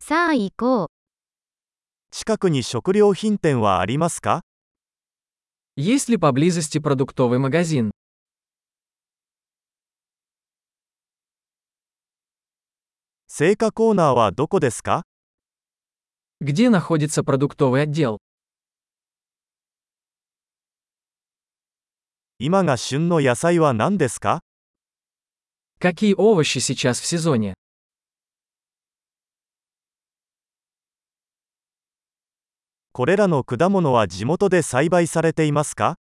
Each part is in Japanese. さあ行こう。近くに食料品店はありますか Есть ли поблизости продуктовый магазин? 青果コーナーはどこですか Где находится продуктовый отдел? 今が旬の野菜は何ですか Какие овощи сейчас в сезоне? これらの果物は地元で栽培されていますか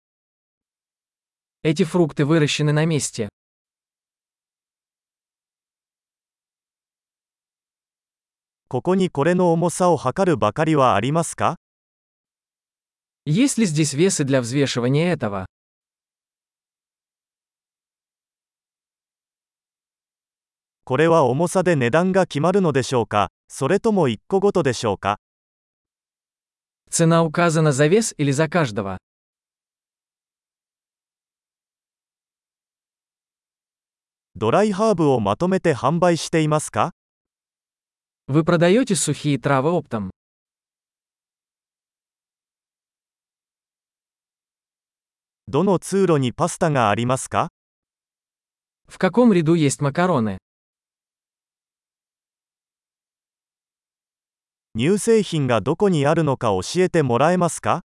Эти фрукты выращены на месте. ここにこれの重さを測るばかりはありますか Есть ли здесь весы для взвешивания этого? これは重さで値段が決まるのでしょうかそれとも1個ごとでしょうか Цена указана за вес или за каждого? ドライハーブをまとめて販売していますか Вы продаете сухие травы оптом? どの通路にパスタがありますか В каком ряду есть макароны? 乳製品がどこにあるのか教えてもらえますか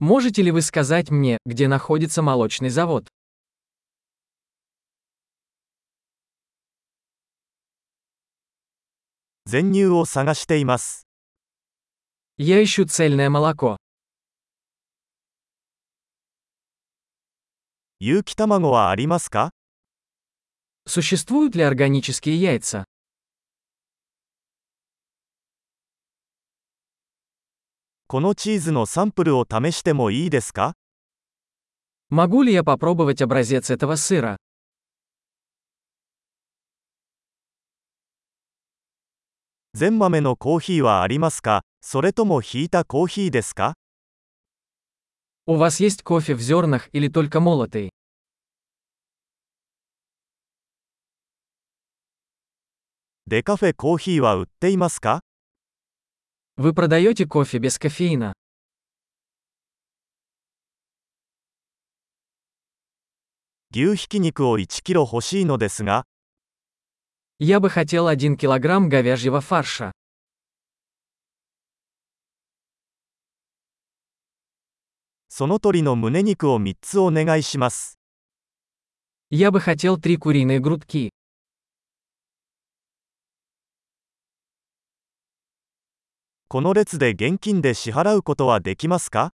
Можете ли вы сказать мне, где находится молочный завод? 全乳を探しています Я ищу цельное молоко. 有機卵はありますか Существуют ли органические яйца? このチーズのサンプルを試してもいいですか Могу ли я попробовать образец этого сыра? 全豆のコーヒーはありますかそれともひいたコーヒーですか У вас есть кофе в зернах или только молотый? デカフェコーヒーは売っていますか Вы продаете кофе без кофеина? 牛ひき肉を1キロ欲しいのですが Я бы хотел 1 килограмм говяжьего фарша. その鳥の胸肉を3つお願いします Я бы хотел 3 куриные грудки. この列で現金で支払うことはできますか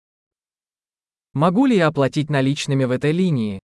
Могу ли я оплатить наличными в этой линии?